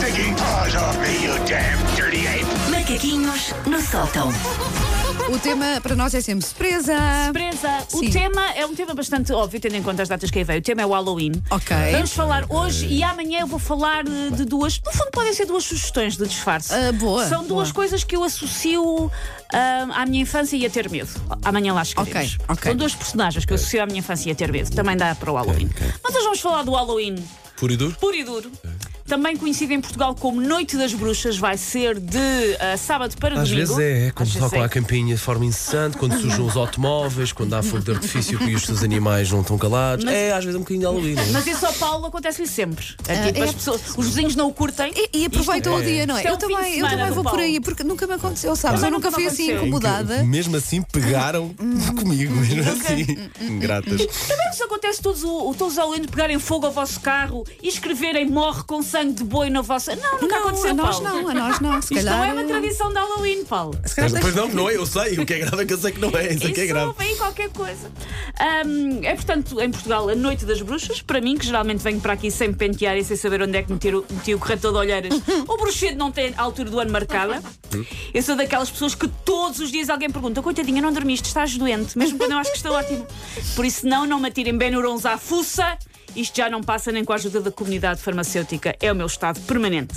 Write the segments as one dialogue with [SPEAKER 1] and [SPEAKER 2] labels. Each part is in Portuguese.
[SPEAKER 1] taking paws off me, you damn dirty ape!
[SPEAKER 2] Macaquinhos no sótão.
[SPEAKER 3] O tema para nós é sempre surpresa.
[SPEAKER 4] Surpresa! O
[SPEAKER 3] Sim.
[SPEAKER 4] tema é um tema bastante óbvio, tendo em conta as datas que aí veio. O tema é o Halloween.
[SPEAKER 3] Ok.
[SPEAKER 4] Vamos falar hoje e amanhã eu vou falar eh, de duas. No fundo, podem ser duas sugestões de disfarce.
[SPEAKER 3] Ah, boa,
[SPEAKER 4] São duas
[SPEAKER 3] boa.
[SPEAKER 4] coisas que eu associo ah, à minha infância e a ter medo. Amanhã lá escrevemos.
[SPEAKER 3] Ok, ok.
[SPEAKER 4] São duas personagens que eu associo à minha infância e a ter medo. Também dá para o Halloween. Mas hoje vamos falar do Halloween
[SPEAKER 5] Puro e duro?
[SPEAKER 4] puro e duro. Também conhecido em Portugal como Noite das Bruxas, vai ser de ah, sábado para
[SPEAKER 5] Às
[SPEAKER 4] domingo.
[SPEAKER 5] vezes é, é
[SPEAKER 4] Às
[SPEAKER 5] quando
[SPEAKER 4] vezes
[SPEAKER 5] tocam
[SPEAKER 4] é.
[SPEAKER 5] à campinha de forma incessante, quando sujam os automóveis, quando há fogo de artifício e os seus animais não estão calados. É, às vezes é um bocadinho de Halloween. não é?
[SPEAKER 4] Mas isso ao Paulo acontece-lhe sempre. É
[SPEAKER 3] Ah,
[SPEAKER 4] tipo,
[SPEAKER 3] é.
[SPEAKER 4] as pessoas- os vizinhos não o curtem.
[SPEAKER 3] E, e aproveitam o dia, não é?
[SPEAKER 4] Isto é
[SPEAKER 3] Eu
[SPEAKER 4] um fim de
[SPEAKER 3] também, eu
[SPEAKER 4] semana
[SPEAKER 3] também
[SPEAKER 4] do
[SPEAKER 3] vou por
[SPEAKER 4] Paulo.
[SPEAKER 3] aí, porque nunca me aconteceu, sabes?
[SPEAKER 4] Também
[SPEAKER 3] eu nunca
[SPEAKER 4] nunca
[SPEAKER 3] fui
[SPEAKER 4] me
[SPEAKER 3] assim
[SPEAKER 4] aconteceu.
[SPEAKER 3] incomodada.
[SPEAKER 6] Mesmo assim, pegaram comigo, mesmo assim. Ingratas.
[SPEAKER 4] é- Também isso acontece todos, o, o- todos os alunos pegarem fogo ao vosso carro e escreverem morre com sangue de boi na vossa. Não, nunca
[SPEAKER 3] não,
[SPEAKER 4] aconteceu,
[SPEAKER 3] a nós
[SPEAKER 4] Paulo.
[SPEAKER 3] não, a nós não. Se
[SPEAKER 4] Isto
[SPEAKER 3] calhar.
[SPEAKER 4] não é uma tradição de Halloween, Paulo.
[SPEAKER 3] se calhar
[SPEAKER 6] Mas, pois
[SPEAKER 3] tens-
[SPEAKER 6] não, não é, eu sei. O que é grave é que eu sei que não é. Isso é que é grave.
[SPEAKER 4] Isso vem qualquer coisa. Ahm, é, portanto, em Portugal, a Noite das Bruxas. Para mim, que geralmente venho para aqui sem pentear e sem saber onde é que meti o, meti o corretor de olheiras, o bruxedo não tem a altura do ano marcada.
[SPEAKER 6] Uhum.
[SPEAKER 4] Eu sou daquelas pessoas que todos os dias alguém pergunta: coitadinha, não dormiste, estás doente, mesmo quando eu acho que estou ótimo. Por isso, não, não me atirem Benurons à fuça. Isto já não passa nem com a ajuda da comunidade farmacêutica, é o meu estado permanente.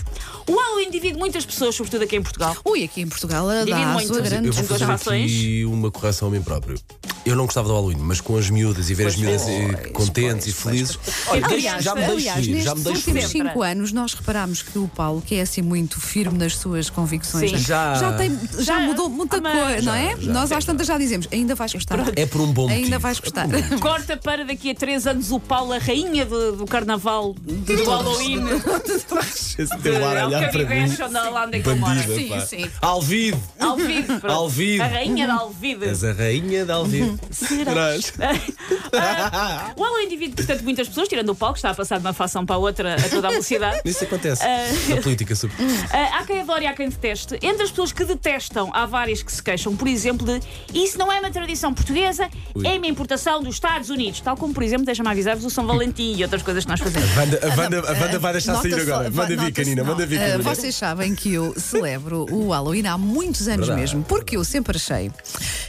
[SPEAKER 4] O Halloween divide muitas pessoas, sobretudo aqui em Portugal.
[SPEAKER 3] Ui, aqui em Portugal ela
[SPEAKER 4] Divide
[SPEAKER 3] dá a
[SPEAKER 4] muito.
[SPEAKER 3] sua grande.
[SPEAKER 5] Eu vou
[SPEAKER 4] As duas
[SPEAKER 5] fazer aqui
[SPEAKER 4] rações.
[SPEAKER 5] uma correção a mim próprio. Eu não gostava do Halloween, mas com as miúdas e ver as miúdas eh, contentes e felizes. Olha,
[SPEAKER 4] Aliás,
[SPEAKER 5] já me deixo
[SPEAKER 3] Aliás,
[SPEAKER 5] ir, já me
[SPEAKER 3] nestes
[SPEAKER 5] deixo ir.
[SPEAKER 3] últimos
[SPEAKER 4] sempre.
[SPEAKER 3] 5 anos nós reparamos que o Paulo, que é assim muito firme nas suas convicções,
[SPEAKER 4] Sim.
[SPEAKER 3] né?
[SPEAKER 5] Já.
[SPEAKER 3] já, tem- já
[SPEAKER 4] Já.
[SPEAKER 3] mudou muita
[SPEAKER 4] Ah, mas-
[SPEAKER 3] coisa, não é? nós às tantas já dizemos, ainda vais gostar.
[SPEAKER 5] É por um bom motivo.
[SPEAKER 3] Ainda vais gostar.
[SPEAKER 4] Corta para daqui a três anos o Paulo, a rainha do, do carnaval, do Halloween,
[SPEAKER 6] Esse teu ar a
[SPEAKER 4] de
[SPEAKER 6] olhar para mim.
[SPEAKER 4] Alcavivesh, onde lá onde é que ele mora.
[SPEAKER 6] Bandida, pá.
[SPEAKER 3] sim.
[SPEAKER 5] Alvide!
[SPEAKER 4] Alvide. pronto.
[SPEAKER 5] Alvide.
[SPEAKER 4] A rainha de Alvide.
[SPEAKER 5] És a rainha de Alvide.
[SPEAKER 4] Serás? Ah, o Halloween divide, portanto, muitas pessoas, tirando o Paulo, que está a passar de uma facção para a outra a toda a velocidade.
[SPEAKER 5] Isso acontece.
[SPEAKER 4] Ah.
[SPEAKER 5] Na política, sobretudo.
[SPEAKER 4] Ah, há quem adore e há quem deteste. Entre as pessoas que detestam, há várias que se queixam, por exemplo, de isso não é uma tradição portuguesa, é uma importação dos Estados Unidos. Tal como, por exemplo, deixa-me avisar-vos o São Valentim e outras coisas que nós fazemos.
[SPEAKER 6] Wanda- A Wanda,
[SPEAKER 4] ah,
[SPEAKER 6] a Wanda vai deixar
[SPEAKER 3] Nota
[SPEAKER 6] sair
[SPEAKER 3] só-
[SPEAKER 6] agora.
[SPEAKER 3] va-
[SPEAKER 6] Manda vir,
[SPEAKER 3] nota-se
[SPEAKER 6] canina,
[SPEAKER 3] não.
[SPEAKER 6] manda vir,
[SPEAKER 3] Ah,
[SPEAKER 6] canina.
[SPEAKER 3] Vocês sabem que eu celebro o Halloween há muitos anos
[SPEAKER 5] Verdade.
[SPEAKER 3] mesmo, porque eu sempre achei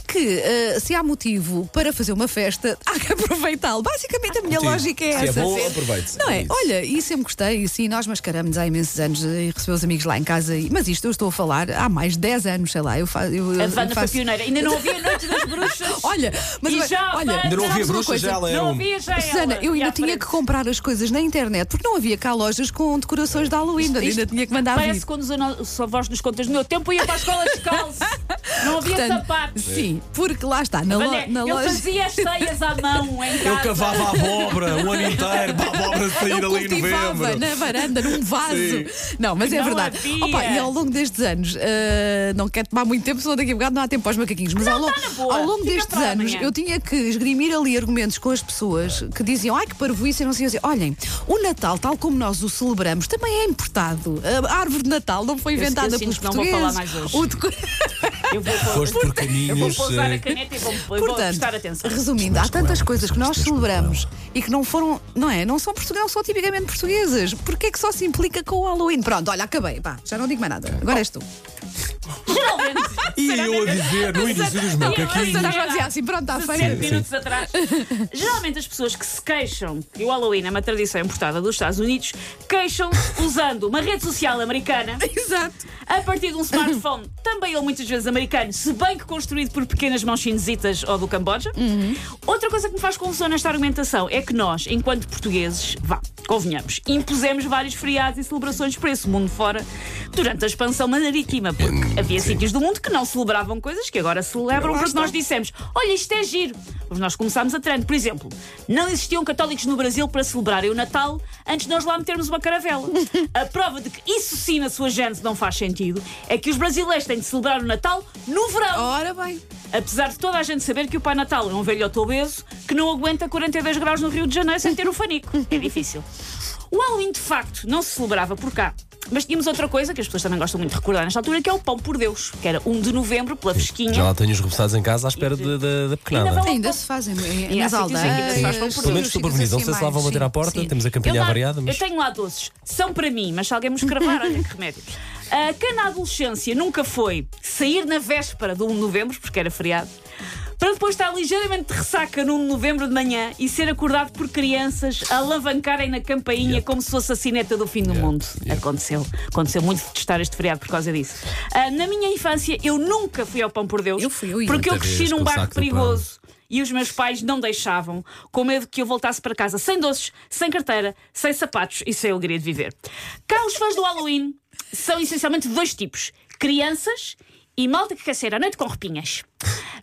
[SPEAKER 3] que ah, se há motivo para fazer uma festa, há que aproveitá-lo. Basicamente a minha
[SPEAKER 5] Sim.
[SPEAKER 3] lógica é
[SPEAKER 5] Se é
[SPEAKER 3] essa.
[SPEAKER 5] bom,
[SPEAKER 3] Sim.
[SPEAKER 5] aproveite.
[SPEAKER 3] Não
[SPEAKER 5] É
[SPEAKER 3] é?
[SPEAKER 5] isso.
[SPEAKER 3] Olha, e sempre gostei, e sim, nós mascaramos há imensos anos eh, e recebeu os amigos lá em casa, e- mas isto eu estou a falar há mais de 10 anos, sei lá. Eu, fa eu,
[SPEAKER 4] A
[SPEAKER 3] eu
[SPEAKER 4] Wanda foi
[SPEAKER 3] faço...
[SPEAKER 4] pioneira. Ainda não havia Noite das Bruxas.
[SPEAKER 3] Olha, mas
[SPEAKER 4] E já
[SPEAKER 3] olha,
[SPEAKER 4] Ainda não
[SPEAKER 3] sabes
[SPEAKER 4] havia
[SPEAKER 3] uma
[SPEAKER 5] bruxas,
[SPEAKER 3] coisa?
[SPEAKER 5] já ela é
[SPEAKER 4] Não
[SPEAKER 5] um-
[SPEAKER 4] havia já
[SPEAKER 3] Susana,
[SPEAKER 4] ela.
[SPEAKER 3] eu
[SPEAKER 4] E
[SPEAKER 3] ainda
[SPEAKER 4] à
[SPEAKER 3] tinha
[SPEAKER 4] frente.
[SPEAKER 3] que comprar as coisas na internet, porque não havia cá lojas com decorações de Halloween, portanto, ainda tinha que mandar vir.
[SPEAKER 4] Parece quando os ano- os avós nos contas do meu tempo ia para a escola descalço. Não havia
[SPEAKER 3] Portanto,
[SPEAKER 4] sapatos.
[SPEAKER 3] Sim, porque lá está, na, lo-
[SPEAKER 4] Olha,
[SPEAKER 3] na
[SPEAKER 4] eu
[SPEAKER 3] loja.
[SPEAKER 4] fazia as ceias à mão em casa.
[SPEAKER 5] Eu cavava a abóbora o ano inteiro para a abóbora sair
[SPEAKER 3] Eu
[SPEAKER 5] ali em
[SPEAKER 3] cultivava
[SPEAKER 5] novembro.
[SPEAKER 3] na varanda, num vaso. Não, mas é
[SPEAKER 4] Não
[SPEAKER 3] verdade.
[SPEAKER 4] havia.
[SPEAKER 3] Opa, e ao longo destes anos, eh, não quero tomar muito tempo, senão daqui a bocado não há tempo para os macaquinhos, mas ao longo,
[SPEAKER 4] tá na boa.
[SPEAKER 3] ao longo
[SPEAKER 4] Fica
[SPEAKER 3] destes
[SPEAKER 4] para
[SPEAKER 3] anos
[SPEAKER 4] amanhã.
[SPEAKER 3] eu tinha que esgrimir ali argumentos com as pessoas que diziam, ai que parvoíce, eu não sei o quê." Olhem, o Natal, tal como nós o celebramos, também é importado. A árvore de Natal não foi
[SPEAKER 4] Eu- eu
[SPEAKER 3] inventada
[SPEAKER 4] sinto
[SPEAKER 3] pelos
[SPEAKER 4] que não vou
[SPEAKER 3] portugueses.
[SPEAKER 4] falar mais hoje.
[SPEAKER 3] O decor-
[SPEAKER 4] Eu vou pôr-
[SPEAKER 5] Foste por
[SPEAKER 4] eu vou
[SPEAKER 5] caminhos.
[SPEAKER 4] pousar
[SPEAKER 5] eh,
[SPEAKER 4] a caneta e vou, eu vou
[SPEAKER 3] Portanto,
[SPEAKER 4] prestar atenção.
[SPEAKER 3] resumindo, há tantas coisas que nós celebramos e que não foram, não é? Não são portuguesas, não são tipicamente portuguesas. Porquê é que só se implica com o Halloween? Pronto, olha, acabei, pá, já não digo mais nada. Agora és tu.
[SPEAKER 4] Geralmente,
[SPEAKER 5] E eu a dizer no início dos macaquinhos.
[SPEAKER 3] Sandra vai dizer assim, pronto, está
[SPEAKER 4] 17
[SPEAKER 3] feito.
[SPEAKER 4] minutos atrás. Geralmente as pessoas que se queixam que o Halloween é uma tradição importada dos Estados Unidos queixam-se usando uma rede social americana
[SPEAKER 3] Exato.
[SPEAKER 4] a partir de um smartphone, também ele muitas vezes americano, se bem que construído por pequenas mãos chinesitas ou do Camboja. Outra coisa que me faz confusão nesta argumentação é que nós, enquanto portugueses, vá, convenhamos, impusemos vários feriados e celebrações por esse mundo fora durante a expansão marítima, porque havia sítios do mundo que não celebravam coisas que agora celebram porque nós dissemos: olha, isto é giro. Mas nós começámos a trend. Por exemplo, não existiam católicos no Brasil para celebrarem o Natal antes de nós lá metermos uma caravela. A prova de que isso sim na sua gente não faz sentido é que os brasileiros têm de celebrar o Natal no verão.
[SPEAKER 3] Ora bem.
[SPEAKER 4] Apesar de toda a gente saber que o Pai Natal é um velhote obeso que não aguenta 42 graus no Rio de Janeiro sem ter um fanico. É difícil. O Halloween, de facto, não se celebrava por cá. Mas tínhamos outra coisa que as pessoas também gostam muito de recordar nesta altura, que é o pão por Deus, que era 1 de novembro, pela
[SPEAKER 5] Já
[SPEAKER 4] fresquinha.
[SPEAKER 5] lá tenho os repousados em casa à espera da- da da
[SPEAKER 4] Ainda
[SPEAKER 5] pequenada.
[SPEAKER 4] vão-
[SPEAKER 3] Ainda se fazem eh,
[SPEAKER 4] E há
[SPEAKER 3] nas
[SPEAKER 4] sítios em que as
[SPEAKER 3] aldeias. assim
[SPEAKER 4] pessoas vão por
[SPEAKER 5] Pelo menos estou prevenido. Não sei se lá vão bater à porta. Temos a
[SPEAKER 4] assim Eu,
[SPEAKER 5] campanha
[SPEAKER 4] lá-
[SPEAKER 5] variada, mas.
[SPEAKER 4] eu tenho lá doces, são para mim, mas se alguém me escravar, olha que remédio. Ah, quem na adolescência nunca foi sair na véspera do 1 de novembro, porque era feriado, para depois estar ligeiramente de ressaca no 1 de novembro de manhã e ser acordado por crianças a alavancarem na campainha
[SPEAKER 5] Yep.
[SPEAKER 4] como se fosse a sineta do fim do
[SPEAKER 5] Yep,
[SPEAKER 4] mundo.
[SPEAKER 5] yep.
[SPEAKER 4] Aconteceu. Aconteceu muito de testar este feriado por causa disso. Ah, na minha infância, eu nunca fui ao Pão por Deus,
[SPEAKER 3] Eu fui, eu ia.
[SPEAKER 4] porque eu
[SPEAKER 5] Muita
[SPEAKER 4] cresci
[SPEAKER 5] vez,
[SPEAKER 4] num
[SPEAKER 5] com o
[SPEAKER 4] bairro
[SPEAKER 5] saco do pão.
[SPEAKER 4] perigoso doce. e os meus pais não deixavam, com medo que eu voltasse para casa sem doces, sem carteira, sem sapatos e sem alegria de viver. Cá os fãs do Halloween são essencialmente dois tipos: crianças e malta que quer sair à noite com roupinhas.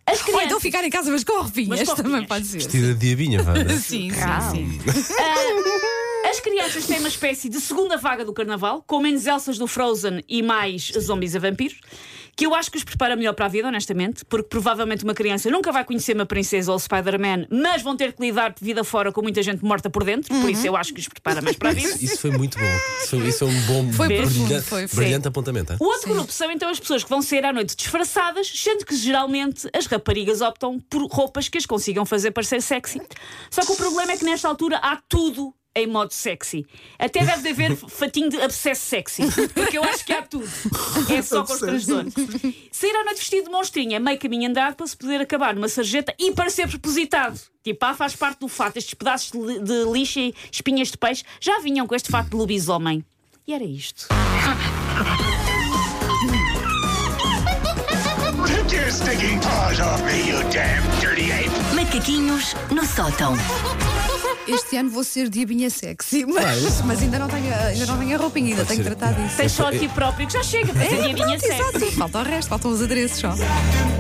[SPEAKER 4] As
[SPEAKER 3] Ou então
[SPEAKER 4] crianças.
[SPEAKER 3] ficar em casa, mas com roupinhas
[SPEAKER 4] Mas com
[SPEAKER 3] também
[SPEAKER 4] roupinhas.
[SPEAKER 3] pode ser.
[SPEAKER 5] Vestida de diabinha, Wanda.
[SPEAKER 3] Sim, sim, sim.
[SPEAKER 4] Ah, As crianças têm uma espécie de segunda vaga do carnaval, com menos Elsas do Frozen e mais zombies a vampiros, que eu acho que os prepara melhor para a vida, honestamente, porque provavelmente uma criança nunca vai conhecer uma princesa ou Spider-Man, mas vão ter que lidar de vida fora com muita gente morta por dentro,
[SPEAKER 3] Uhum.
[SPEAKER 4] por isso eu acho que os prepara mais para a vida.
[SPEAKER 5] Isso foi muito bom. Isso foi, isso foi um bom,
[SPEAKER 3] Foi
[SPEAKER 5] brilhante,
[SPEAKER 3] profundo, foi, foi.
[SPEAKER 5] brilhante apontamento. hein?
[SPEAKER 4] O outro grupo são então as pessoas que vão sair à noite disfarçadas, sendo que geralmente as raparigas optam por roupas que as consigam fazer parecer sexy. Só que o problema é que nesta altura há tudo em modo sexy. Até deve de haver fatinho de abscesso sexy, porque eu acho que há tudo. É só constrangedor. Sair à noite vestido de monstrinha, é meio caminho andado para se poder acabar numa sarjeta e parecer propositado. Tipo, ah, faz parte do fato. Estes pedaços de li- de lixo e espinhas de peixe já vinham com este fato de lobisomem. E era isto.
[SPEAKER 1] Take your stinking paws off me, you damn dirty ape!
[SPEAKER 2] Macaquinhos no sótão.
[SPEAKER 3] Este ano vou ser diabinha sexy, mas,
[SPEAKER 5] Claro.
[SPEAKER 3] mas ainda, não tenho, ainda não tenho a roupinha, ainda tenho que
[SPEAKER 5] ser.
[SPEAKER 3] tratar disso.
[SPEAKER 4] Tens só aqui próprio, que já chega,
[SPEAKER 3] É,
[SPEAKER 4] fazia a minha
[SPEAKER 3] pronto,
[SPEAKER 4] sexy.
[SPEAKER 3] exato. Falta o resto, faltam os adereços só.